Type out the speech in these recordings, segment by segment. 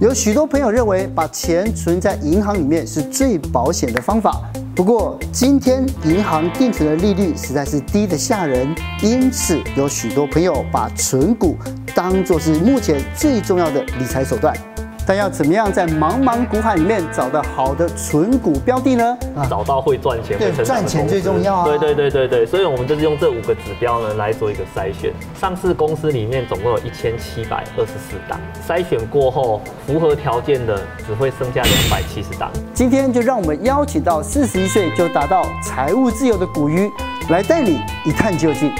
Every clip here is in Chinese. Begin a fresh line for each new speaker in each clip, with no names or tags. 有许多朋友认为把钱存在银行里面是最保险的方法。不过，今天银行定存的利率实在是低得吓人，因此有许多朋友把存股当作是目前最重要的理财手段。但要怎么样在茫茫股海里面找到好的存股标的呢？啊，
找到会赚钱、
对
会成长的
赚钱
公司
最重要啊
对对对对对，所以我们就是用这五个指标呢来做一个筛选。上市公司里面总共有一千七百二十四档，筛选过后符合条件的只会剩下两百七十档。
今天就让我们邀请到四十一岁就达到财务自由的古鱼，来带你一探究竟。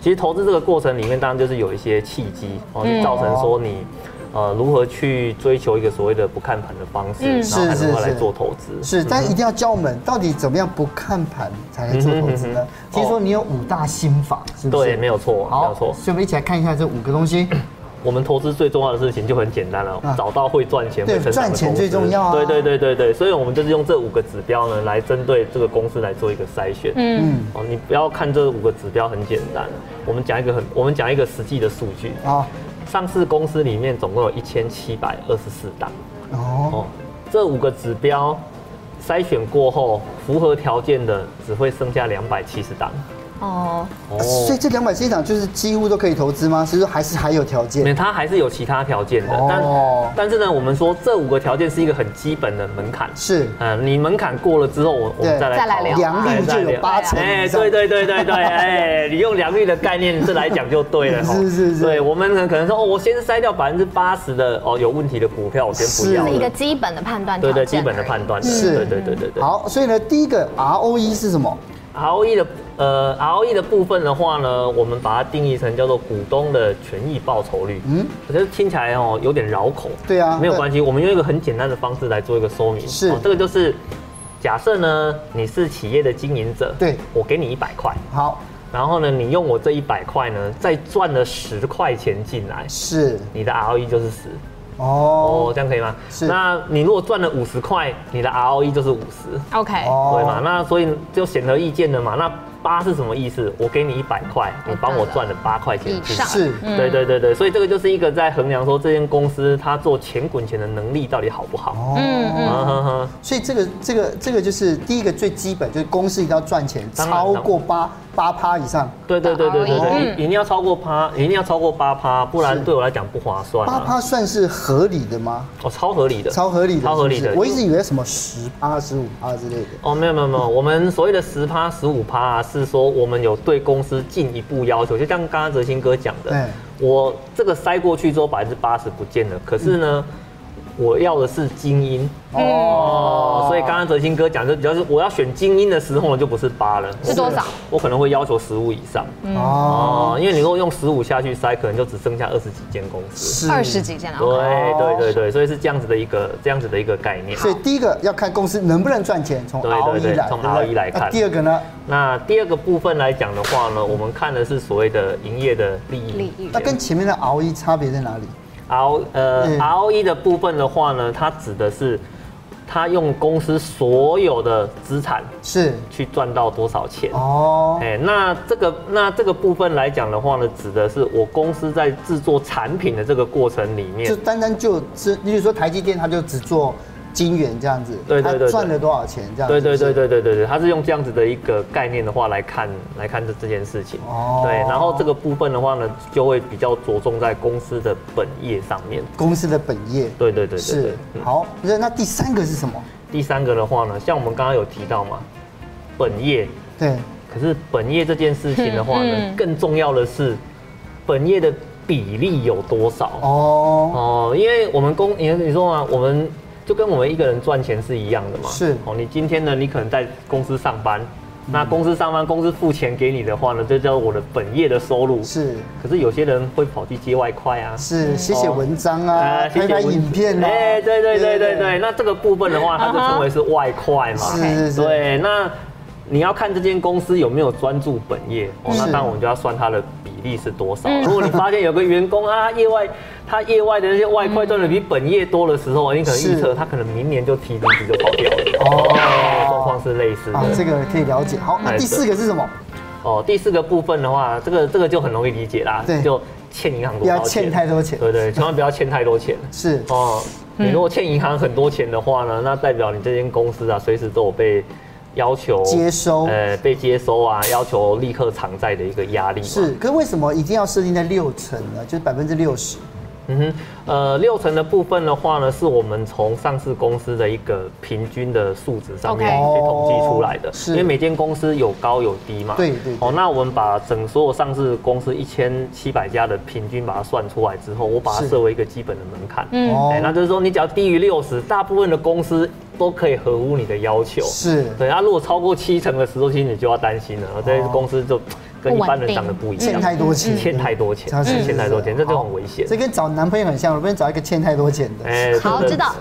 其实投资这个过程里面，当然就是有一些契机哦，就造成说你。呃，如何去追求一个所谓的不看盘的方式，
嗯
然后才
是是
能够来
是
做投资？
是，但一定要教我们到底怎么样不看盘才能做投资呢
嗯哼嗯哼？
听说你有五大心法，是不是？
对，没有错，没
好
有，错
所。以我们一起来看一下这五个东 西。
我们投资最重要的事情就很简单了
啊，
找到会赚钱、
对
会成长的
赚钱
公司
最重要啊
对对对对对，所以我们就是用这五个指标呢，来针对这个公司来做一个筛选。
嗯，
嗯，
哦，你不要看这五个指标很简单，我们讲一个很，我们讲一个实际的数据。
好，
上市公司里面总共有一千七百二十四档
哦，
哦，这五个指标筛选过后，符合条件的只会剩下两百七十档。
哦，
哦
啊所以这两百七十档就是几乎都可以投资吗？是不是还是还有条件？
没有，它还是有其他条件的，
哦
但但是呢，我们说这五个条件是一个很基本的门槛。
是
嗯，你门槛过了之后，我我
对
们再来
再来
讨论
聊
良率
对
就
再
有
聊
八成
哎，
以上
对对对对对， 哎，你用良率的概念这来讲就对了。吼
是是是
对我们可能可能说，哦，我先筛掉百分之八十的哦有问题的股票，我先不
是
要
是一个
了。
基本的判断
对
条件
对，
而已，
基本的判断，
是
对对对对对。
好，所以呢，第一个 ROE 是什么？
ROE 的呃 ROE 的部分的话呢，我们把它定义成叫做股东的权益报酬率。嗯，我觉得听起来哦有点绕口。
对啊
没有关系，我们用一个很简单的方式来做一个说明。哦
是
这个就是假设呢你是企业的经营者，
对
我给你一百块，
好，
然后呢你用我这一百块呢再赚了十块钱进来，
是
你的 ROE 就是十。哦
哦，
这样可以吗？
是
那你如果赚了五十块，你的 ROE 就是五十。
OK，
哦
对嘛？那所以就显而易见的嘛。那八是什么意思？我给你一百块，你帮我赚了八块钱
以
进
上嗯
是
来。对对对对，所以这个就是一个在衡量说这间公司它做钱滚钱的能力到底好不
哦
好。
嗯
嗯
嗯，
哼哼，
所以这个这个这个就是第一个最基本，就是公司一定要赚钱
当然
超过八八趴以上，
对对对对对
打
对，
ROE
哦
一一定要超过趴，一定要超过八趴，不
是
然对我来讲不划算
八
啊。
趴算是合理的吗？
哦，超合理的，
超合理的，
超合理
是不
的。
是我一直以为什么十趴、十五趴之类的。
哦，没有没有没有，我们所谓的十趴、十五趴是说我们有对公司进一步要求，就像刚刚哲兴哥讲
对
的，我这个塞过去之后百分之八十不见了，可是
嗯
呢，我要的是精英
嗯
哦，所以刚刚哲兴哥讲就比较是我要选精英的时候呢，就不是八了，
是多少
我可能会要求十五以上
哦，
哦，因为你如果用十五下去塞，可能就只剩下二十几间公司。
是
二十。几件啊
对
OK，
对对对，所以是这样子的一个这样子的一个概念。
所以第一个要看公司能不能赚钱，从
对对
ROE
对
来，
从
对不对
ROE 来看
那第二个呢？
那第二个部分来讲的话呢，我们看的是所谓的营业的利益。
利益
那跟前面的 ROE 差别在哪里？
R 呃、
嗯
ROE 的部分的话呢，它指的是它用公司所有的资产
是
去赚到多少钱。
哦，
哎，那这个那这个部分来讲的话呢，指的是我公司在制作产品的这个过程里面
就，单单就是，例如说台积电，它就只做晶圆这样子，
对对对对
它赚了多少钱这样子？
对对对
是不是，
对对对对，它是用这样子的一个概念的话来看来看这这件事情。
哦
对，然后这个部分的话呢，就会比较着重在公司的本业上面。
公司的本业
对对对对对嗯
是。好。那那第三个是什么？
第三个的话呢，像我们刚刚有提到嘛，本业，
对，
可是本业这件事情的话呢，
嗯嗯
更重要的是本业的比例有多少哦
哦，
因为我们公，你你说嘛，我们就跟我们一个人赚钱是一样的嘛，
是嗯
哦，你今天呢，你可能在公司上班。那公司上班，公司付钱给你的话呢，这叫我的本业的收入。
是
可是有些人会跑去接外快啊，
是写写文章啊，
啊，
拍拍影片啊，
哎，对对对对对，那这个部分的 话，它就称为是外快嘛。
是是是，
对，那你要看这间公司有没有专注本业哦，那
是嗯
当然我们就要算它的比例是多少。如果你发现有个员工啊，业外他业外的那些外快赚的比本业多的时候，你可能预
是
测他可能明年就提离职就跑掉了。
哦啊
哦，状况是类似的
啊，。这个可以了解。好，那
哎
第四个是什么？
哦，第四个部分的话，这个这个就很容易理解啦，
对
就欠银行
不
多
要
少
欠太多钱
对对，千万不要欠太多钱。
是
哦，你如果欠银行很多钱的话呢，那代表你这间公司啊，随时都有被要求
接收
呃，被接收啊，要求立刻偿债的一个压力嘛。
是，可是为什么一定要设定在六成呢？就是百分之六十，
嗯哼，呃，六成的部分的话呢，是我们从上市公司的一个平均的数值上面
OK
去统计出来的
哦，是
因为每间公司有高有低嘛。
对对对
哦，那我们把整所有上市公司一千七百家的平均把它算出来之后，我把它
是
设为一个基本的门槛。嗯。
嗯，
哦
哎，那就是说你只要低于六十，大部分的公司都可以合乎你的要求。
是。哦
对，那如果超过七成的时候，其实你就要担心了，这些公司就跟一般人长得不一样，
欠太多钱，
欠太多钱，
是是
欠太多钱，
是
这
是
就很危险。
这跟找男朋友很像，我不能找一个欠太多钱的。
哎
好，知道。。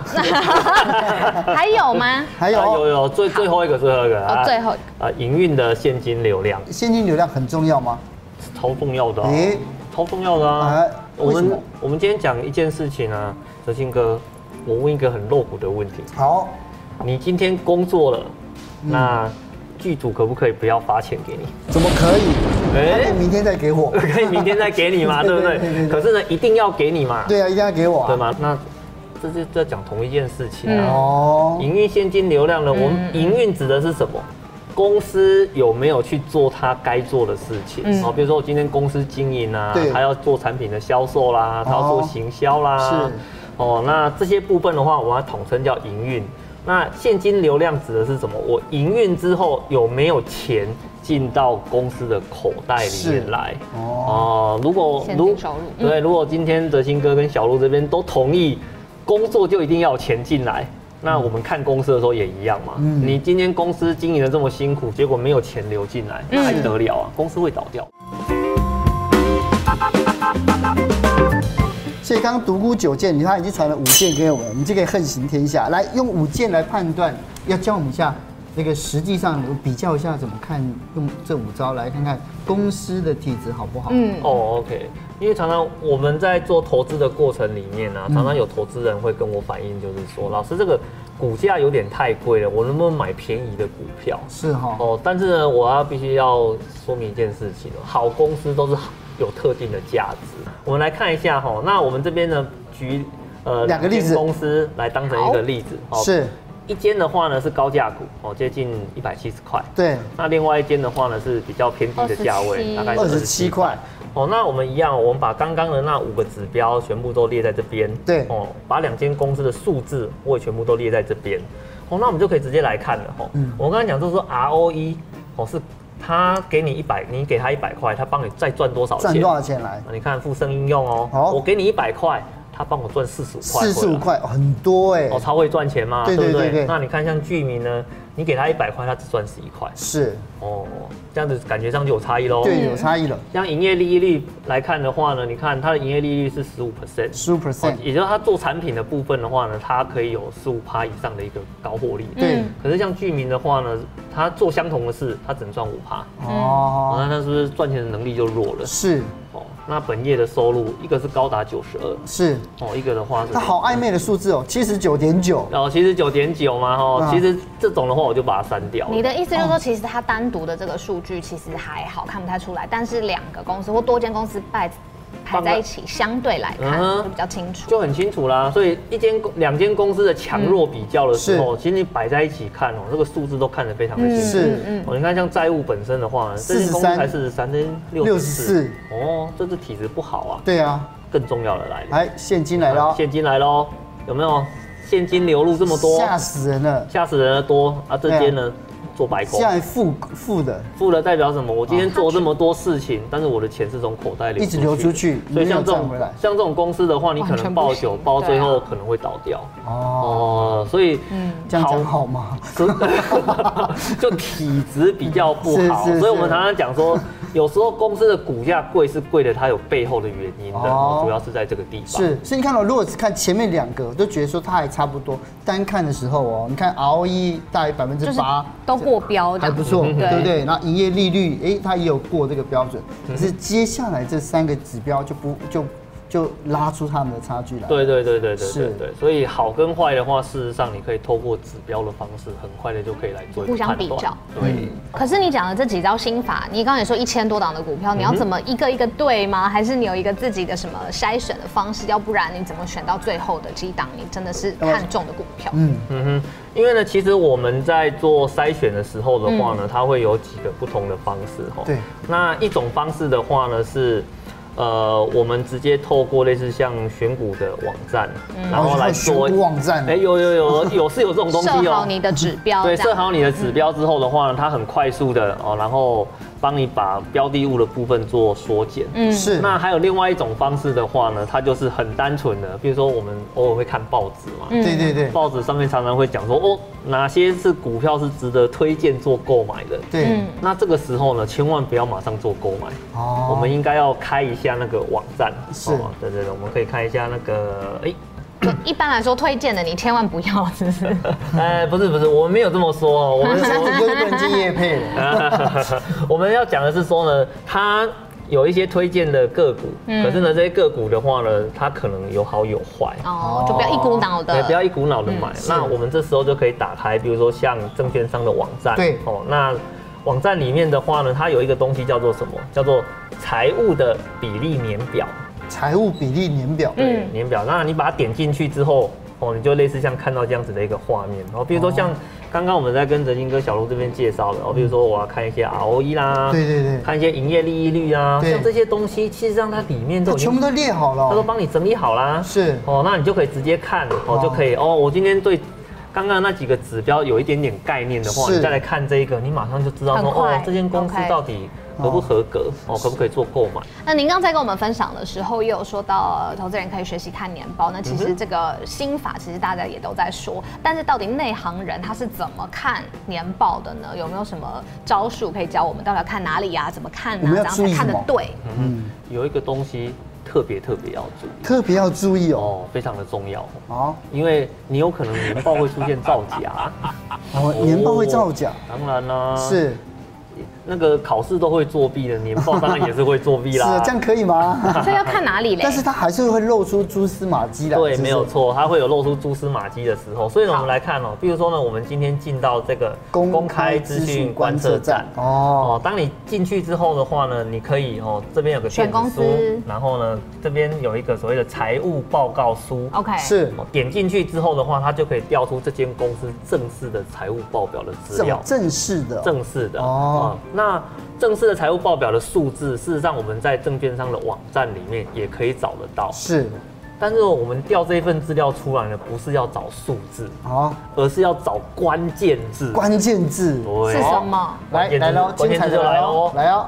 还有吗？
还
还有、啊哎有
有
有最最后一个最后一个
哦最后一
啊，营运的现金流量
现金流量很重要吗？
是超重要的、哦，
诶
超重要的啊！
啊
我
为什
们
么
我们今天讲一件事情啊，哲信哥，我问一个很露骨的问题，
好，
你今天工作了，
嗯
那剧组可不可以不要发钱给你？
怎么可以？
哎
那你明天再给我。
可以明天再给你嘛，对
对
不
对
对
对对对？
可是呢，一定要给你嘛，
对啊，一定要给我
对
啊。
吗？那这就在讲同一件事情啊。
哦，
营运现金流量
嗯
呢，我们营运指的是什么？公司有没有去做它该做的事情？
嗯
哦，比如说我今天公司经营啊
对，哦
它要做产品的销售啦，它要做行销啦
是，
哦，那这些部分的话，我们要统称叫营运。那现金流量指的是什么？我营运之后有没有钱进到公司的口袋里
是
面来？
哦，
哦，如果
现金
如
收入嗯
对，如果今天德兴哥跟小鹿这边都同意，工作就一定要有钱进来。那我们看公司的时候也一样嘛，
嗯
你今天公司经营的这么辛苦，结果没有钱流进来，那还得了啊？公司会倒掉。
所以刚刚独孤九剑，你看已经传了五剑给我们，我们就可以横行天下。来，用五剑来判断，要教我们一下那个实际上我比较一下怎么看，用这五招来看看公司的体质好不好。嗯，
嗯，
哦，OK，因为常常我们在做投资的过程里面呢、啊，常常有投资人会跟我反映，就是说，老师这个股价有点太贵了，我能不能买便宜的股票？
是哈。
哦，但是呢，我要必须要说明一件事情哦，好公司都是好有特定的价值。我们来看一下哈、那我们这边呢举呃
两个例子
间公司来当成一
好
个例子哦，
是，
一间的话呢是高价股哦，接近一百七十块，
对，
那另外一间的话呢是比较偏低的价位，
27
大概
二十七块，
哦，那我们一样，我们把刚刚的那五个指标全部都列在这边。
对
哦，把两间公司的数字我也全部都列在这边。哦，那我们就可以直接来看了。哦，
嗯
我刚刚讲就是说 ROE，哦是他给你一百，你给他一百块，他帮你再赚多少钱？
赚多少钱来？
啊你看富盛应用哦，
好
我给你一百块，他帮我赚四十五块
四
回来，
十五块，很多哎
哦，。超会赚钱嘛，
对
不
对对对
那你看像居民呢，你给他一百块，他只赚十一块，
是，
哦，这样子感觉上就有差异喽。
对，有差异了，
像营业利率来看的话呢，你看它的营业利率是十五 percent，哦
十五 percent。
也就是它做产品的部分的话呢，它可以有十五趴以上的一个高获利。
对
嗯，
可是像居民的话呢，他做相同的事，他只能赚五趴，
嗯
哦
哦，
那他是不是赚钱的能力就弱了？
是
哦，那本业的收入一个是高达九十二，
是，
哦，一个的话是
它好暧昧的数字哦，七十九点九，
哦，其实九点九嘛，哦
啊，
其实这种的话我就把它删掉了。
你的意思就是
哦
说，其实它单独的这个数据其实还好，看不太出来，但是两个公司或多间公司摆排在一起，相对来看
嗯哼
就比较清楚。
就很清楚啦。所以一间公两间公司的强弱比较的时候，其实你摆在一起看哦、这个数字都看得非常的
嗯
清楚。
是
哦，你看像债务本身的话，这间公司
43
才四十三，这间六
64
十四，哦，这是体质不好啊。
对啊，
更重要的来了，啊
来现金来了哦，
现金来喽，有没有？现金流入这么多，
吓死人了，
吓死人的多啊！这间呢做白工
现，在负负的，
负了代表什么？我今天做这么多事情，但是我的钱是从口袋里
哦一直流出去
所以
没有
像这
赚
种
回来
像这种公司的话，你可
完全
能
不
报
行
酒包，
对
最
啊
后可能会倒掉。
哦，
哦，所以
嗯这样讲好吗？
好， 就体质比较不好，
是是是
所以我们常常讲说，有时候公司的股价贵是贵的，它有背后的原因的，
哦
主要是在这个地方。
是，所以你看到、哦如果只看前面两个，我都觉得说它还差不多。单看的时候哦，你看 ROE 大于百分之
就是
八，
都过标这
还
样
不错，
嗯
对不
对
对？然后营
嗯
业利率，哎，它也有过这个标准，可是接下来这三个指标就不就就拉出他们的差距来。
对对对对对
是
对对，所以好跟坏的话，事实上你可以透过指标的方式，很快的就可以来做一个
互相比
判断
较
对，
嗯
可是你讲的这几招心法，你刚才也说一千多档的
嗯
股票，你要怎么一个一个对吗？还是你有一个自己的什么筛选的方式？要不然你怎么选到最后的几档你真的是看中的股票？
嗯，
呃嗯哼，因为呢，其实我们在做筛选的时候的话
嗯
呢，它会有几个不同的方式哈。
对，
那一种方式的话呢是。呃，我们直接透过类似像选股的网站，
嗯
然后来做
哦有网站
哎、有有 有有是有这种东西哦、
设好你的指标，
对，
这样
设好你的指标之后的话呢，它很快速的哦，然后帮你把标的物的部分做缩减。嗯，
是
那还有另外一种方式的话呢，它就是很单纯的，比如说我们偶尔会看报纸嘛，
对对对
报纸上面常常会讲说哦，哪些是股票是值得推荐做购买的。
对，
嗯
那这个时候呢，千万不要马上做购买，
哦
我们应该要开一下那个网站。哦
是
对对对，我们可以看一下那个，哎、
就一般来说推荐的你千万不要，是不是？
哎，不是不是，我们没有这么说哦，我们
这
我们
这就是本季业配了。
我们要讲的是说呢，它有一些推荐的个股，可是呢，这些个股的话呢，它可能有好有坏。
哦，就不要一股脑
对，
的，
不要一股脑的
嗯
买。那我们这时候就可以打开，比如说像证券商的网站，
对
哦，那网站里面的话呢，它有一个东西叫做什么？叫做财务的比例年表。
财务比例年表，
嗯
对，年表。那你把它点进去之后，哦，你就类似像看到这样子的一个画面。然哦后比如说像
哦
刚刚我们在跟哲金哥、小鹿这边介绍的，哦，比如说我要看一些 ROE
嗯
啦，
对对对
看一些营业利益率啊，
对
像这些东西，其实让它里面都
它
已经
全部都列好了
他都
哦，
帮你整理好啦。
是
哦，那你就可以直接看哦
哦，
就可以哦。我今天对刚刚那几个指标有一点点概念的话，
是
你再来看这一个，你马上就知道说
很快
哦，这间公司
OK
到底合不合格哦，可不可以做购买？
那您刚才跟我们分享的时候，也有说到呃投资人可以学习看年报。那
嗯
其实这个心法，其实大家也都在说，但是到底内行人他是怎么看年报的呢？有没有什么招数可以教我们？到底要看哪里呀、怎么看
我
呢、
们要
怎
注
样
意
才看
什
得
么
对？
嗯，有一个东西特别特别要注意
特别要注意哦。
哦，非常的重要，
哦，
因为你有可能年报会出现造假，
哦年报会造假
哦，当然啦、
是
那个考试都会作弊的，年报当然也是会作弊
是
啦。
啊，这样可以 吗？
所以要看哪里嘞？
但是它还是会露出蛛丝马迹来。
对，
是不是
没有。错，它会有露出蛛丝马迹的时候。所以呢，我们来看哦、比如说呢，我们今天进到这个
公开资讯观测站哦
哦，当你进去之后的话呢，你可以哦、这边有个
选
电子
公
书
司，
然后呢，这边有一个所谓的财务报告书。
OK，
是
哦点进去之后的话，它就可以调出这间公司正式的财务报表的资
正
料。
正式的哦
正式的
哦
哦、那正式的财务报表的数字，事实上我们在证券商的网站里面也可以找得到。
是
但是我们调这份资料出来呢，不是要找数字，
哦，
而是要找关键字。
关键字
对
是什么？
来
关键字
来喽，
关
精
键
彩
字
的
就
来
来
喽
喽，。
来哦，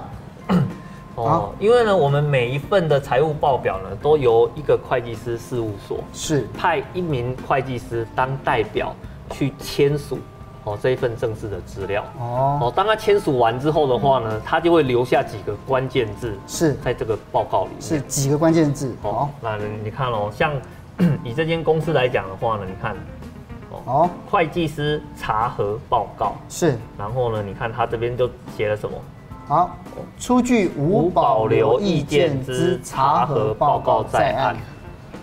哦，因为呢，我们每一份的财务报表呢，都由一个会计师事务所
是
派一名会计师当代表去签署哦这一份正式的资料。
哦
哦，当他签署完之后的话呢，他就会留下几个关键字
是
在这个报告里面。
是几个关键字
哦
哦，
那你看哦，像 以这间公司来讲的话呢，你看
哦
会计师查核报告，
是
然后呢，你看他这边就写了什么？
好，出具无保留意见之查核报告在案。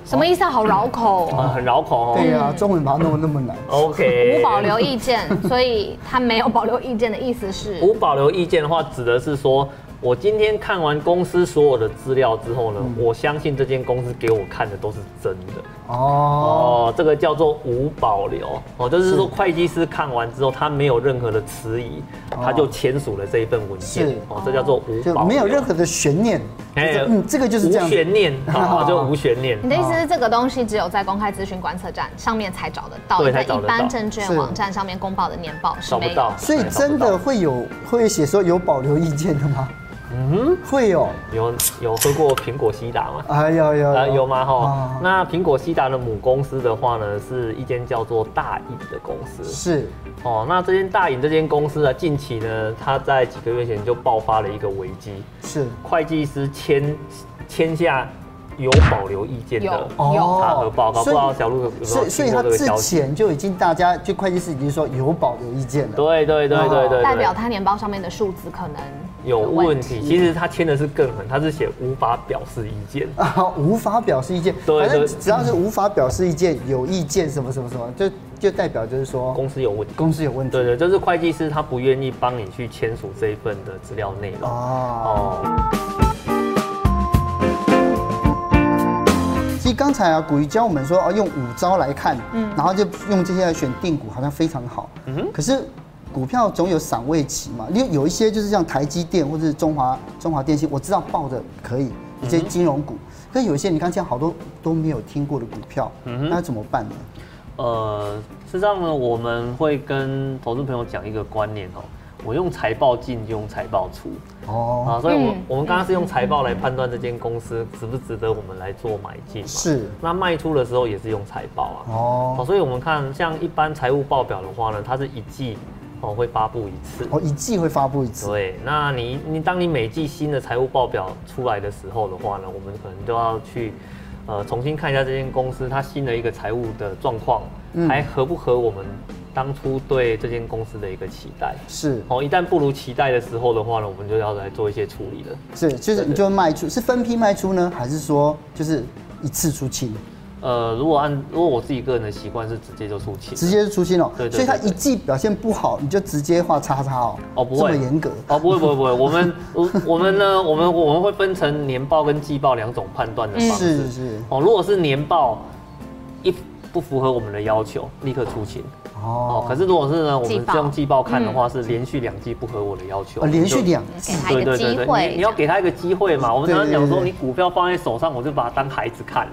什么意思啊？好绕口哦、
啊，很绕口哦。
对呀、中文把它弄得那么难。
OK，
哎
无保留意见，所以他没有保留意见的意思是
无保留意见的话，指的是说，我今天看完公司所有的资料之后呢，
嗯
我相信这间公司给我看的都是真的。
哦，
哦，这个叫做无保留哦，就是说会计师看完之后，他没有任何的迟疑，他就签署了这一份文件
哦是。
哦，这叫做无保
就
留，
没有任何的悬念，就是嗯，这个就是这样
哎无悬
子。
念， 哦，就无悬念。
你 的意思是这个东西只有在公开咨询观测站上面才找得到，
对
在
才找
一
得
般
到
证券网站上面公报的年报是
找不
没有
到。，
所以真的会有会写说有保留意见的吗？嗯，会有。
有有喝过苹果西达吗？
哎有有
啊，有吗？哈
啊，
那苹果西达的母公司的话呢，是一间叫做大影的公司。
是
哦，那这间大影这间公司呢，啊近期呢，它在几个月前就爆发了一个危机，
是
会计师签签下有保留意见的
有
查核报告，不
哦所
知道
以
小鹿有没
所
有
以所以
听
他
过这个
之
消息？
前就已经大家就会计师已经说有保留意见了。
哦
对对对对对对，
代表他年报上面的数字可能
有问
问
题。
题
其实他签的是更狠，他是写无法表示意见。
啊，无法表示意见，
对
反正
对
只要是无法表示意见、有意见什么什么什么，就就代表就是说
公司有问题。
公司有问题。
对对，就是会计师他不愿意帮你去签署这一份的资料内容。
哦，
哦，
其实刚才啊，古鱼教我们说哦，用五招来看，嗯，然后就用这些来选定股，好像非常好。嗯可是股票总有散位期嘛，因为有一些就是像台积电或者是中华中华电信，我知道报的可以，一些金融股，可有一些你刚讲好多都没有听过的股票，那要怎么办呢？
呃，事实上呢，我们会跟投资朋友讲一个观念哦，我用财报进就用财报出
哦，
啊，所以我、
嗯
我们刚刚是用财报来判断这间公司值不值得我们来做买进嘛。
是，
那卖出的时候也是用财报啊。哦，
哦，
所以我们看像一般财务报表的话呢，它是一季哦会发布一次。
哦，一季会发布一次，
对，那你你当你每季新的财务报表出来的时候的话呢，我们可能都要去呃重新看一下这间公司它新的一个财务的状况，
嗯
还合不合我们当初对这间公司的一个期待。
是
哦，一旦不如期待的时候的话呢，我们就要来做一些处理了。
是，就是你就卖出，是分批卖出呢，还是说就是一次出清，
呃，如果按如果我自己个人的习惯是直接就出清，
直接就出清了、
对对
所以它
对对
一季表现不好，你就直接画叉叉哦。
哦不会
这么严格
哦，不会不会不会，我们我我们呢，我们我们会分成年报跟季报两种判断的方式。
嗯是是
哦，如果是年报一不符合我们的要求，立刻出勤。哦
哦，，
可是如果是呢，我
季
们
报嗯
是用季报看的话，是连续两季不合我的要求，
哦连续两
给他一
对
个
对
机
对对，你
会
你，要给他一个机会嘛。我们常常讲
对对
说，
对
你股票放在手上，我就把它当孩 子看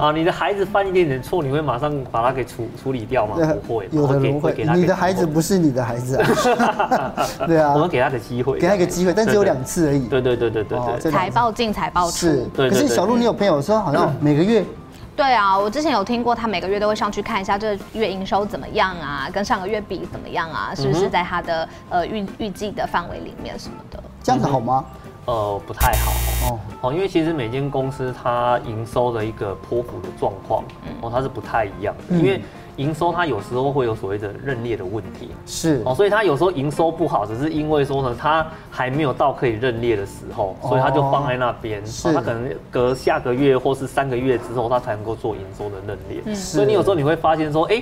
啊。你的孩子犯一点点错，你会马上把它给处处理掉吗？
呃
哦不会嘛，
有的
我给
人会
给他，
你的孩子
不
不是你的孩子 啊， 对啊
我，们给他个机会，
给他一个机会，但只有
对对
两次而已。
对对对对对
哦
对
这
对，
两
财报进财报出。
是，
对对
可是
对
小鹿，你有朋友说好像每个月
对啊，我之前有听过，他每个月都会上去看一下这月营收怎么样啊，跟上个月比怎么样
嗯
啊，是不是在他的呃预预计的范围里面什么的。
这样子好吗？
呃，不太好。
哦，
哦，因为其实每间公司它营收的一个波幅的状况，哦，它是不太一样
嗯
的，因为营收它有时候会有所谓的认列的问题，
是
哦，所以它有时候营收不好，只是因为说呢，它还没有到可以认列的时候，所以它就放在那边，
是
哦它可能隔下个月或是三个月之后，它才能够做营收的认列，
是
所以你有时候你会发现说，哎、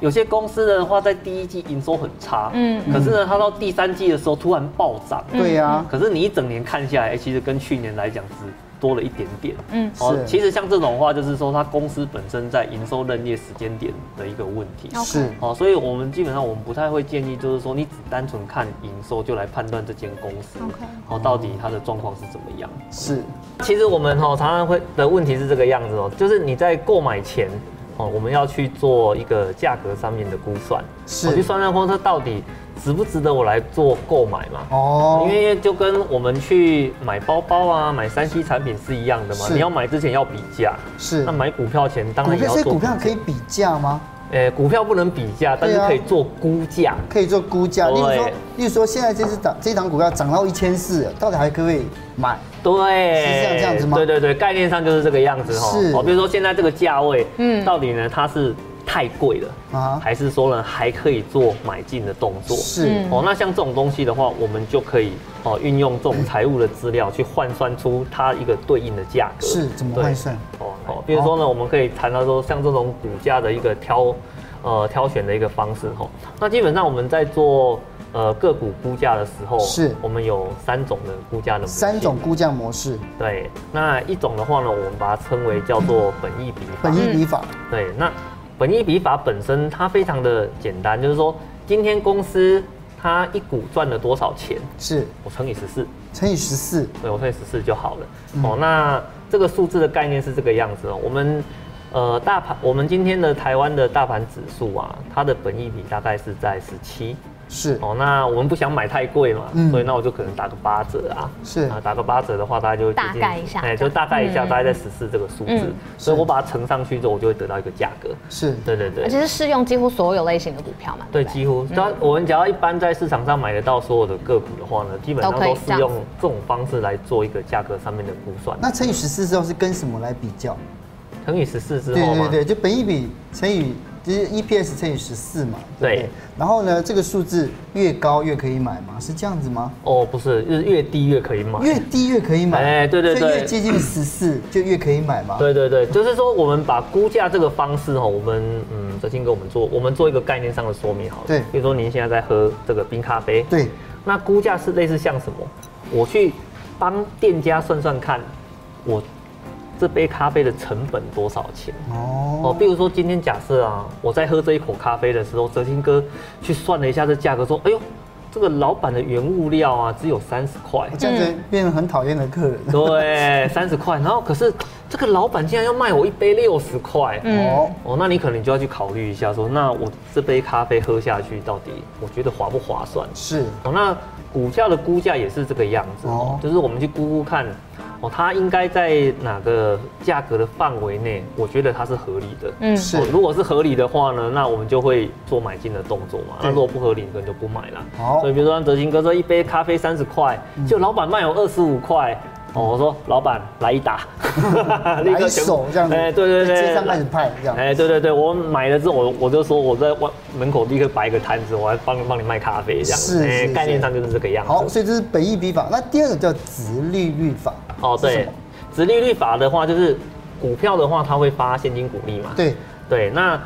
有些公司的话，在第一季营收很差，嗯
嗯，
可是呢，它到第三季的时候突然暴涨，
对啊呀，
可是你一整年看下来，欸其实跟去年来讲只多了一点点。哦
嗯
是
其实像这种话，就是说它公司本身在营收认列时间点的一个问题。
OK
是
哦，所以我们基本上我们不太会建议，就是说你只单纯看营收就来判断这间公司
OK
哦到底它的状况是怎么样。
是，
其实我们哦常常会的问题是这个样子哦，就是你在购买前哦，我们要去做一个价格上面的估算，
是
我去算算公司到底值不值得我来做购买嘛。
哦
因，为就跟我们去买包包啊、买三 C 产品是一样的嘛，
是
你要买之前要比价，
是
那买股票前当
股
然也
票，所
要
以
做
股票可以，比价吗？
呃，股票不能比价，但是
对啊
可以做估价。
可以做估价，例如说
对，
例如说现在这只涨这一档股票涨到一千四，到底还可不可以买？
对，
是像这样子吗
对对对，概念上就是这个样子哈。
是
哦，比如说现在这个价位，嗯，
嗯
到底呢它是太贵了
啊
啊，还是说呢还可以做买进的动作？
是
嗯
哦，那像这种东西的话，我们就可以哦运用这种财务的资料去换算出它一个对应的价格。
是怎么
对
换算？
哦，好，比如说呢，我们可以谈到说，像这种股价的一个挑，呃，挑选的一个方式哈。那基本上我们在做呃个股估价的时候，
是
我们有三种的估价的模型
三种。估价模式，
对，那一种的话呢，我们把它称为叫做本益比法。
本益比法
对，那本益比法本身它非常的简单，就是说今天公司它一股赚了多少钱，
是
我乘以十四。
乘以十四，
对，我乘以十四就好了。哦，那这个数字的概念是这个样子哦。我们呃大盘，我们今天的台湾的大盘指数啊，它的本益比大概是在十七。
是
哦，那我们不想买太贵嘛，
嗯
所以那我就可能打个八折啊。
是
啊，打个八折的话，大概就会接近
大概一下
哎，就大概一下，
嗯
大概在十四这个数字
嗯。
所以
是
我把它乘上去之后，我就会得到一个价格。
是
对对对
而。且是适用几乎所有类型的股票嘛？
对，
不
几乎，只要我们只要一般在市场上买得到所有的个股的话呢，基本上
都可以
都是
这样
用
子
这种方式来做一个价格上面的估算。
那乘以十四之后是跟什么来比较？
乘以十四之
对
后
对
嘛，
对，就本益比乘以就是 EPS 乘以十四嘛，对不对
对
然后呢，这个数字越高越可以买吗？是这样子吗？
哦，不是，就是越低越可以买。
越低越可以买，
哎对对
所以
对
越接近十四就越可以买嘛。
对对对，就是说我们把估价这个方式哈，我们嗯，哲信给我们做，我们做一个概念上的说明好了。
对
比如说您现在在喝这个冰咖啡，
对，
那估价是类似像什么？我去帮店家算算看，我这杯咖啡的成本多少钱？
哦，
哦，比如说今天假设啊，我在喝这一口咖啡的时候，哲兴哥去算了一下这价格，说，哎呦，这个老板的原物料啊只有三十块，
这样子变成很讨厌的客人。
对，三十块，然后可是这个老板竟然要卖我一杯六十块，
哦，
哦，那你可能就要去考虑一下说那我这杯咖啡喝下去到底我觉得划不划算？
是
哦，那股票的估价也是这个样子
哦
哦，就是我们去估估看，哦，它应该在哪个价格的范围内，我觉得它是合理的。
嗯
是
哦，如果是合理的话呢，那我们就会做买进的动作嘛。
对
那如果不合理，可能就不买啦。
好嗯
所以比如说像德兴哥说一杯咖啡三十块，就老板卖我二十五块。哦，我说老板来一打， 啊
来一手这样子，
哎， 对对对，
在街上开始派这样。
哎，对对对，我买了之后，我我就说我在外门口立刻摆一个摊子，我还帮帮你卖咖啡这样子。
是是
哎
是
概念上就是这个样子。
好，所以这是本益比法。那第二个叫直利率法。
哦，
是什
对
么，
殖利率法的话，就是股票的话，它会发现金股利嘛。
对，
对，那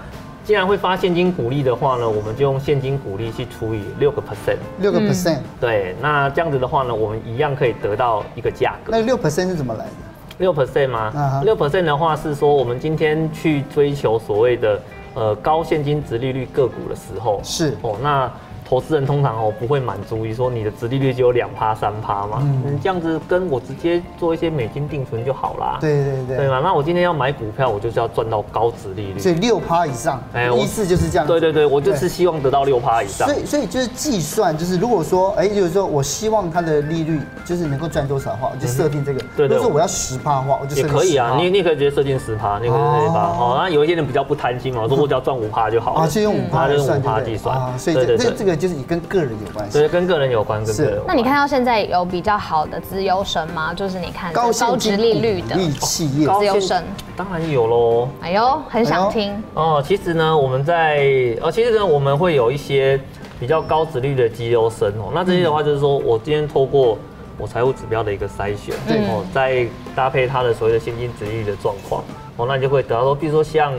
既然会发现金股利的话呢，我们就用现金股利去除以六个 percent。
六个 percent。
对，那这样子的话呢，我们一样可以得到一个价格
那。六 percent 是怎么来的？
六 percent
嗯
吗
哼？
六 percent 的话是说，我们今天去追求所谓的呃高现金值利率个股的时候，
是
哦，那投资人通常哦不会满足于说你的值利率只有两趴三趴嘛，
嗯
你这样子跟我直接做一些美金定存就好啦，
对对对。
对嘛？啊那我今天要买股票，我就是要赚到高值利
所
率，
以六趴以上，
哎我
意思就是这样子。
对对对，我就是希望得到六趴以上
所。以，所以就是计算，就是如果说，哎、就是说我希望它的利率就是能够赚多少的话，我就设定这个。
嗯对对
如果说我要十趴的话，我就设
也
定
可以啊，
10%
你也你也可以直接设定十趴，你也可以设定十趴。
哦
哦，那有一些人比较不贪心嘛，我说我只要赚五趴就好了。
啊，就用五趴
嗯
来算，
啊
对不对
就用5%计算
啊，所以
对
这
对
这
对
这个就是跟个人有关系。
对，跟个人有关，跟个人有
那
关。
你看到现在有比较好的资优生吗？就是你看
高
高
现
值
金
利率
股
的，
利企业，
高
自由
现
身
当然有喽。
哎呦，
哎
很
呦
想听。
哦，其实呢，我们在呃，其实呢，我们会有一些比较高值率的绩优生哦。那这
嗯
些的话，就是说我今天透过我财务指标的一个筛选，
对
哦，再搭配它的所谓的现金值率的状况，哦，那你就会得到说，比如说像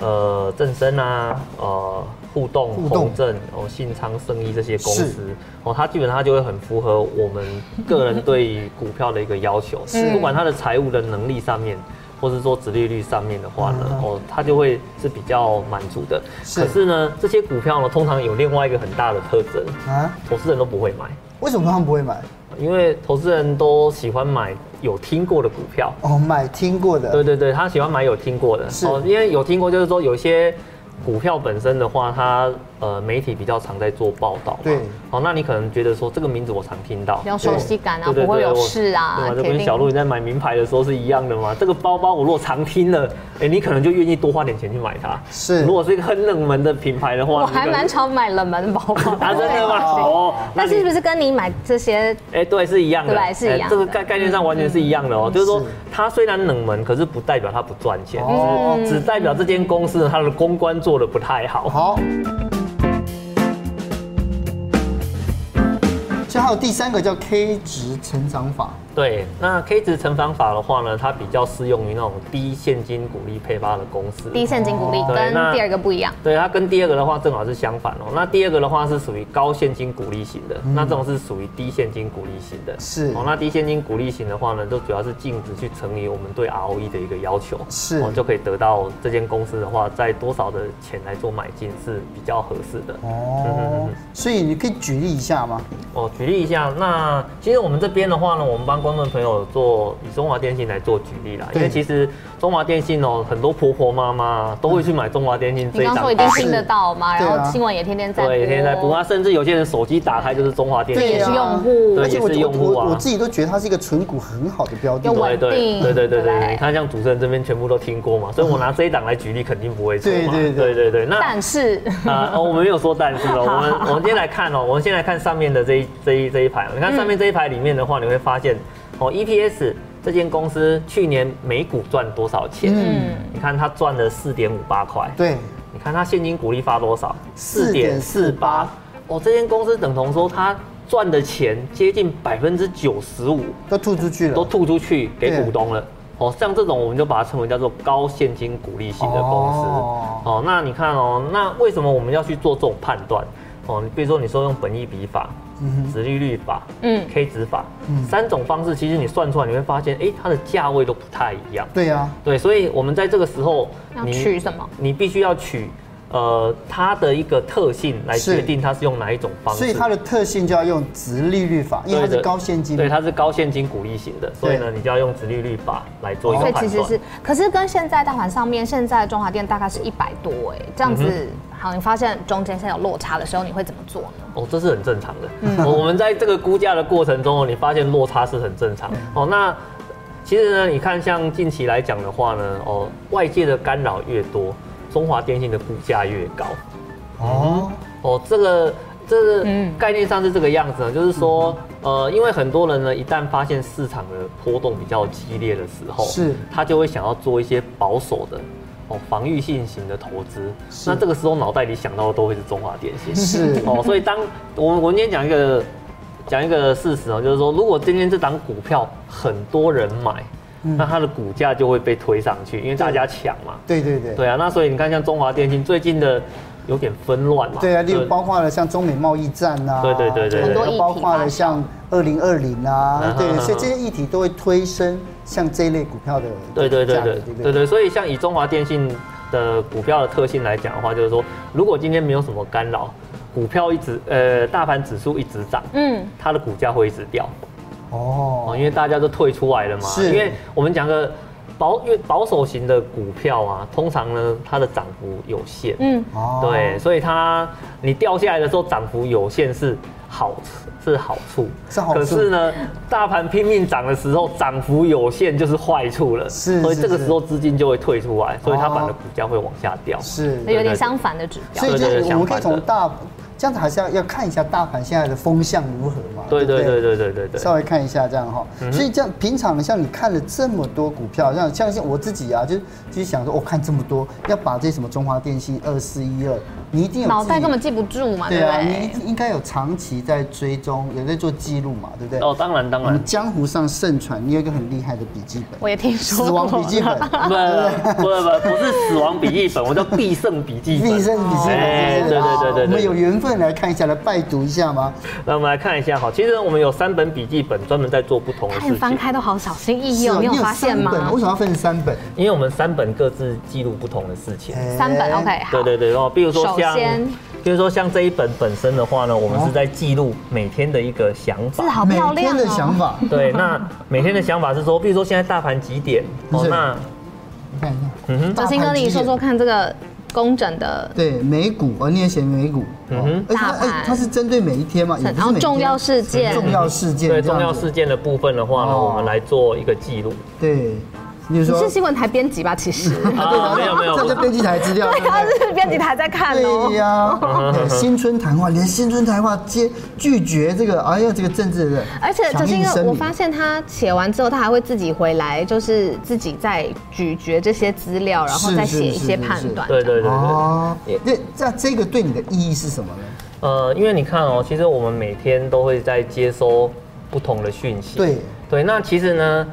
呃正生啊，呃互动、
互动
宏正、哦信昌、生意这些公司
是，
哦，它基本上它就会很符合我们个人对于股票的一个要求，
是
不管它的财务的能力上面，或是说殖利率上面的话呢，
嗯
哦，它就会是比较满足的。
是
可是呢，这些股票呢，通常有另外一个很大的特征，
啊？
投资人都不会买，
为什么他们不会买？
因为投资人都喜欢买有听过的股票。
哦，买听过的，
对对对，他喜欢买有听过的，哦
是
因为有听过，就是说有些股票本身的话，它呃媒体比较常在做报道嘛，
对
好、那你可能觉得说这个名字我常听到
比，较熟悉感啊，
对对对
不会有
我
事啊
对啊，，就
铁
跟
定
小鹿你在买名牌的时候是一样的嘛。这个包包我如果常听了，哎，你可能就愿意多花点钱去买它。
是
如果是一个很冷门的品牌的话，
我
你可
还
能
蛮常买冷门包包
啊，真的吗？
对
哦，
但
那
是
你
不是跟你买这些
哎，对，是一样的，
对是一
哎
样的
这
嗯
个概概念上完全是一样的哦，就是说
是
它虽然冷门，可是不代表它不赚钱，
哦
只只代表这间公
嗯
司它的公关做的不太好。
好。所以还有第三个叫 K 值成长法，
对，那 K 值乘方法的话呢，它比较适用于那种低现金股利配发的公司。
低现金股利，
哦对
跟
那
第二个不一样？
对，它跟第二个的话正好是相反哦。那第二个的话是属于高现金股利型的，那这种是属于低现金股利型的。
嗯是
哦，那低现金股利型的话呢，就主要是净值去乘以我们对 ROE 的一个要求，
是
哦，就可以得到这间公司的话，在多少的钱来做买进是比较合适的。嗯
哦，所以你可以举例一下吗？
哦，举例一下，那其实我们这边的话呢，我们帮观众朋友做以中华电信来做举例啦，因为
对
其实中华电信哦，很多婆婆妈妈都会去买中华电信这
你
一
刚
张卡
刚说一定听得到嘛，
是
然
对啊
后新闻也天天在播，
对，天天在播。那啊甚至有些人手机打开就是中华电信，
也是
啊
用户
对
而且我
也是用户啊
我我自己都觉得它是一个存股很好的标的
用。
对
稳定
对对对对
对
对，你看像主持人这边全部都听过嘛，所以我拿这一档来举例肯定不会错 嘛。
对对对
对对对，那
但是
啊、哦我们没有说但是哦，我们我们今天来看哦，我们先来看上面的这一这一这一排哦，你看上面这一排里面的话，你会发现哦，EPS 这间公司去年每股赚多少钱？
嗯
你看它赚了四点五八块，
对，
你看它现金股利发多少？
4.48。
哦，这间公司等同说它赚的钱接近百分之九十五
都吐出去了，
都吐出去给
对
股东了。哦，像这种我们就把它称为叫做高现金股利型的公司。
哦
哦那你看哦，那为什么我们要去做这种判断？哦，你比如说你说用本益比法、殖利率法、
嗯
K 值法、三种方式，其实你算出来你会发现，哎，它的价位都不太一样。
对啊呀，
对，所以我们在这个时候，
要
你
取什么？
你必须要取呃它的一个特性来
是
决定它是用哪一种方式。
所以它的特性就要用直利率法，因为它
对
是
的
高现金，
对，它是高现金股利型的，所以呢，你就要用直利率法来做一
哦
个
所以其
判
实
断
是。，可是跟现在大盘上面，现在中华电大概是一百多哎，
嗯
这样子，好，你发现中间现在有落差的时候，你会怎么做呢？
哦，这是很正常的。
嗯
哦我我们在这个估价的过程中哦，你发现落差是很正常。
嗯
哦，那其实呢，你看像近期来讲的话呢，哦，外界的干扰越多，中华电信的估价越高。
哦，
哦，这个这个
嗯
概念上是这个样子呢，啊就是说，呃，因为很多人呢，一旦发现市场的波动比较激烈的时候，
是
他就会想要做一些保守的。哦，防御性型的投资，
是
那这个时候脑袋里想到的都会是中华电 信。
是
哦，所以当我们我们今天讲一个讲一个事实哦，就是说，如果今天这档股票很多人买，
嗯
那它的股价就会被推上去，因为大家抢嘛。
对对对，
对啊，那所以你看，像中华电信最近的有点纷乱嘛。
对啊，例如
就
包括了像中美贸易战呐、啊，
对对对对
很多
又
议题
包括了像二零二零啊
嗯，
对
嗯，嗯
所以这些议题都会推升像这一类股票的
对对对
价格
对
对不
对对，所以像以中华电信的股票的特性来讲的话，就是说，如果今天没有什么干扰，股票一直呃大盘指数一直涨，
嗯，
它的股价会一直掉哦，
哦，
因为大家都退出来了嘛。
是
因为我们讲个保，因为保守型的股票啊，通常呢它的涨幅有限，
嗯，
哦
对，，所以它你掉下来的时候涨幅有限是好是好处，
是好处
可是呢，大盘拼命涨的时候，涨幅有限就是坏处了，
是
所以
是
这个
是
时候资金就会退出来，所以它反
哦
而股价会往下掉。
是，
有点
对
相反的指标
所。以就
对对
是
对
我们可
相
以
反的
从大这样子还是要要看一下大盘现在的风向如何嘛，
对
不
对对对对对对。嗯
稍微看一下这样哈、所以这样平常呢，像你看了这么多股票，像像像我自己啊，就就想说，我、看这么多，要把这什么中华电信二四一二，你一定有
脑
自
袋
己
根本记不住嘛，对
对
不
啊，
对
你？应该有长期在追踪，有在做记录嘛，对不对？
哦，当然当
我
然
们，江湖上盛传你有一个很厉害的笔记本，
我也听
死
说过
亡笔记 本，
不不不不是死亡笔记本，我叫必胜笔记本。
必胜笔记本，
哎
是不是
对对对对对
我们有缘分来看一下，来拜读一下吗？
那我们来看一下哈，其实我们有三本笔记本专门在做不同的
看
事
翻
情，
开都好小心翼翼
是
哦，
哦
你有发现
三本
吗
为？什么要分成三本？
因为我们三本各自记录不同的事情。
哎
三本 OK 好，
对对对哦，比如说像
首先，
比如说像这一本本身的话呢，我们
哦
是在记录每天的一个想
字
法。
好
每
漂
天
亮
的想
哦。
法，
对，那每天的想法是说，比如说现在大盘几点？哦
是，
那
你看一下。
嗯哼，
哲新哥，你说说看这个工整的，
对美股，呃，你也写美股，
嗯哼
而且它
大盘
哎它是针对每一天嘛，也
然
不是
后
每天
重要事件，
重要事件，
对重要，事件的部分的话呢，
哦
我们来做一个记录。
对，比如
你
说
是新闻台编辑吧？其实，
啊，没有没有，
这就编辑台资料，
对
不
啊，是编辑台在看哦
对。呀，
嗯
对新春谈话，连新春谈话接拒绝这个，哎呀，这个政治的，
而且哲
强
新
硬
哥，
声
我
明，
发现他写完之后，他还会自己回来，就是自己再咀嚼这些资料，然后
是
再
是
写一
是
些
是
判
是
断。
对对对对。
哦，那这这个对你的意义是什么呢？
呃，因为你看哦，其实我们每天都会在接收不同的讯息。
对
对，那其实呢，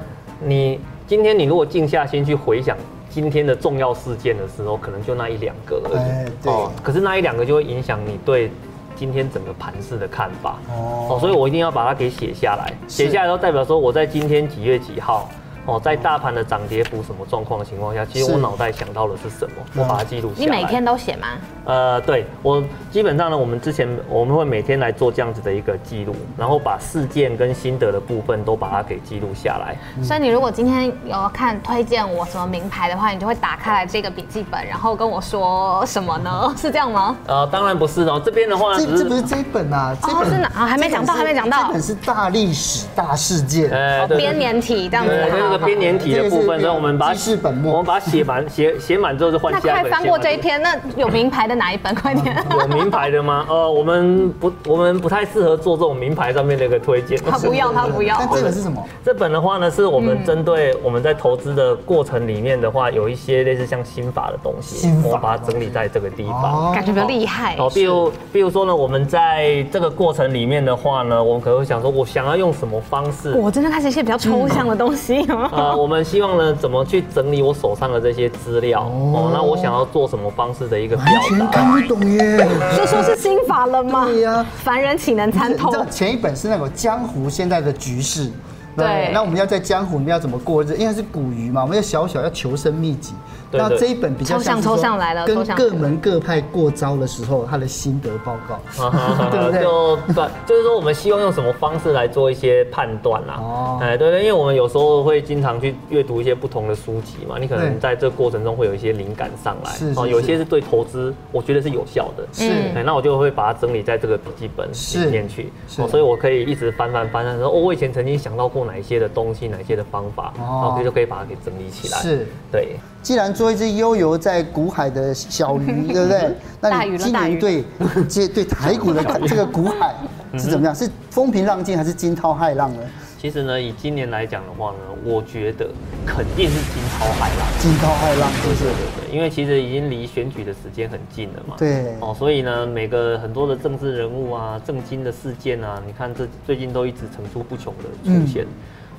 你今天你如果静下心去回想今天的重要事件的时候，可能就那一两个而已。哦
哎对
可是那一两个就会影响你对。今天整个盘势的看法
哦
哦所以我一定要把它给写下来。
是
写下来都代表说我在今天几月几号哦，在大盘的涨跌幅什么状况的情况下，其实
是嗯
我脑袋想到的是什么，我把它记录下来。
你每天都写吗？
呃，对我基本上呢，我们之前我们会每天来做这样子的一个记录，然后把事件跟心得的部分都把它给记录下来。
所以你如果今天有看推荐我什么名牌的话，你就会打开来这个笔记本，然后跟我说什么呢？ 是这样吗？
呃，当然不是哦，这边的话呢，
这这
只
不
是
是这一本啊，这
哦，
本
是哪？啊还没讲到，
这
还
本
没
是
讲到
这。本是大历史大事件，
呃
哦编年体这样子啊
对，就是个编年体
哦
的部分，所以我们把它
记事本末
我们把它写满，写写满之后就换
那
下一
快
本。
翻
写
过
满
这一篇，那有名牌的哪一本？快点！
有名牌的吗？呃，我们不，我们不太适合做这种名牌上面的一个推荐。
他不要，他不要。
但这个是什么？
这本的话呢，是我
嗯
们针对我们在投资的过程里面的话，有一些类似像心法的东西，
心法
我把它整理在这个地方。
哦
感觉比较厉害。
哦，比如，比如说呢，我们在这个过程里面的话呢，我们可能会想说，我想要用什么方式？
我真的开始一些比较抽象的东西，有没有
呃，我们希望呢，怎么去整理我手上的这些资料？哦，那我想要做什么方式的一个表
完全
达？
看不懂耶。
就说 是心法了吗？
对呀
凡人岂能参
你
透
知？道前一本是那个江湖现在的局势。
对
那我们要在江湖，我们要怎么过日？因为它是古鱼嘛，我们要小小要求生秘籍。
对
那
对
这一本比较像是说
抽象抽象来了抽
跟
象
各门各派过招的时候，他的心得报 告。对不对
就对，就是说我们希望用什么方式来做一些判断啦、
哦
哎，对对，因为我们有时候会经常去阅读一些不同的书籍嘛，你可能
对
在这个过程中会有一些灵感上来，哦
是是
有一
是
些是对投资我觉得是有效的，
是
嗯
哎，那我就会把它整理在这个笔记本
是
里面去，
是
哦，所以我可以一直翻翻翻翻，说哦，我以前曾经想到过哪一些的东西，哪一些的方法，
哦
然后可以就可以把它给整理起来，
是，
对。
既然做一只悠游在股海的小 鱼，对不对？那
大鱼
你
了
今
大
年
鱼
对这对台股 的这个股海是怎么样？是风平浪静还是惊涛骇浪呢？
其实呢，以今年来讲的话呢，我觉得肯定是惊涛骇浪。
惊涛骇浪是不是
对？对对，因为其实已经离选举的时间很近了嘛。
对
哦，所以呢，每个很多的政治人物啊、政经的事件啊，你看这最近都一直层出不穷的
嗯
出现。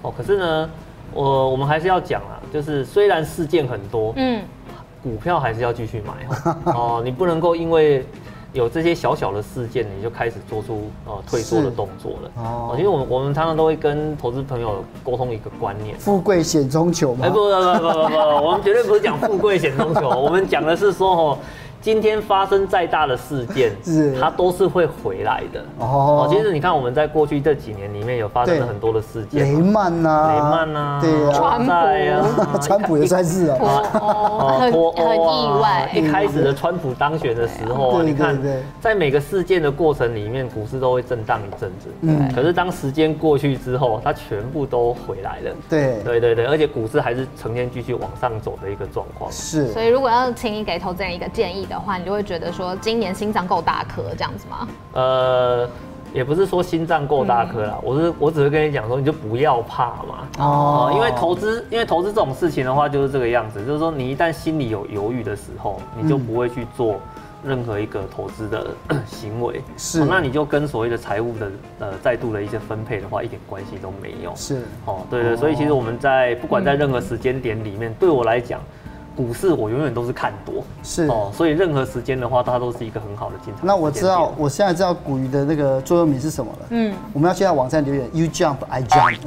哦，可是呢，我我们还是要讲啊，就是虽然事件很多，
嗯，
股票还是要继续买哦。 哦，你不能够因为有这些小小的事件，你就开始做出呃退缩的
是
动作了。
哦
哦，因为我们我们常常都会跟投资朋友沟通一个观念。
富贵险中求嘛
哎、不。不不 不不不，我们绝对不是讲富贵险中求，我们讲的是说哦，今天发生再大的事件，
是
它都是会回来的。
哦
哦，其实你看我们在过去这几年里面有发生
对
了很多的事件
雷
嘛，
曼呐、
雷曼啊，
对啊，
川普
在啊
川普也算 是
脱
啊，
欧
哦
很
脱欧
很
啊
意外，
一开始的川普当选的时候啊，
对
你看
对对，
在每个事件的过程里面，股市都会震荡一阵子。
嗯
可是当时间过去之后，它全部都回来了。
对，
对对对，而且股市还是呈现继续往上走的一个状况。
是
所。以如果要请你给投资人一个建议的话，你就会觉得说今年心脏够大颗这样子吗？
呃，也不是说心脏够大颗啦，我是我只是跟你讲说，你就不要怕嘛。
嗯哦
哦，因为投资，因为投资这种事情的话，就是这个样子，就是说你一旦心里有犹豫的时候，你就不会去做任何一个投资的 行为，
是
哦那你就跟所谓的财务的呃再度的一些分配的话，一点关系都没有。
是
哦，对对，所以其实我们在不
嗯
管在任何时间点里面，对我来讲，股市我永远都是看多，
是
哦，所以任何时间的话，它都是一个很好的进场。
那我知道，，我现在知道古鱼的那个座右铭是什么了。嗯，我们要先在网站留言，You jump, I jump。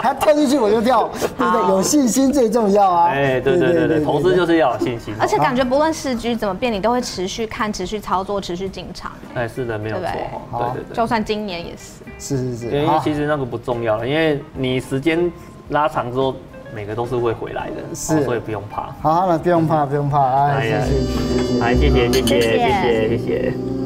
他跳进去我就跳，对不对？有信心最重要啊。
哎，对对对对，投资就是要有信心，
而且感觉不论市局怎么变，你都会持续看、持续操作、持续进场，
哎是的，没有错，
好
哦对对
就
对，
算今年也是。
是是
对
是，
因为
好
其实那个不重要了，因为你时间拉长之后，每个都是会回来的，哦
是
所以不用怕。
好了，不用怕，不用怕，哎，
哎呀
谢谢，谢谢。
来，谢谢谢谢
谢谢
谢谢谢谢。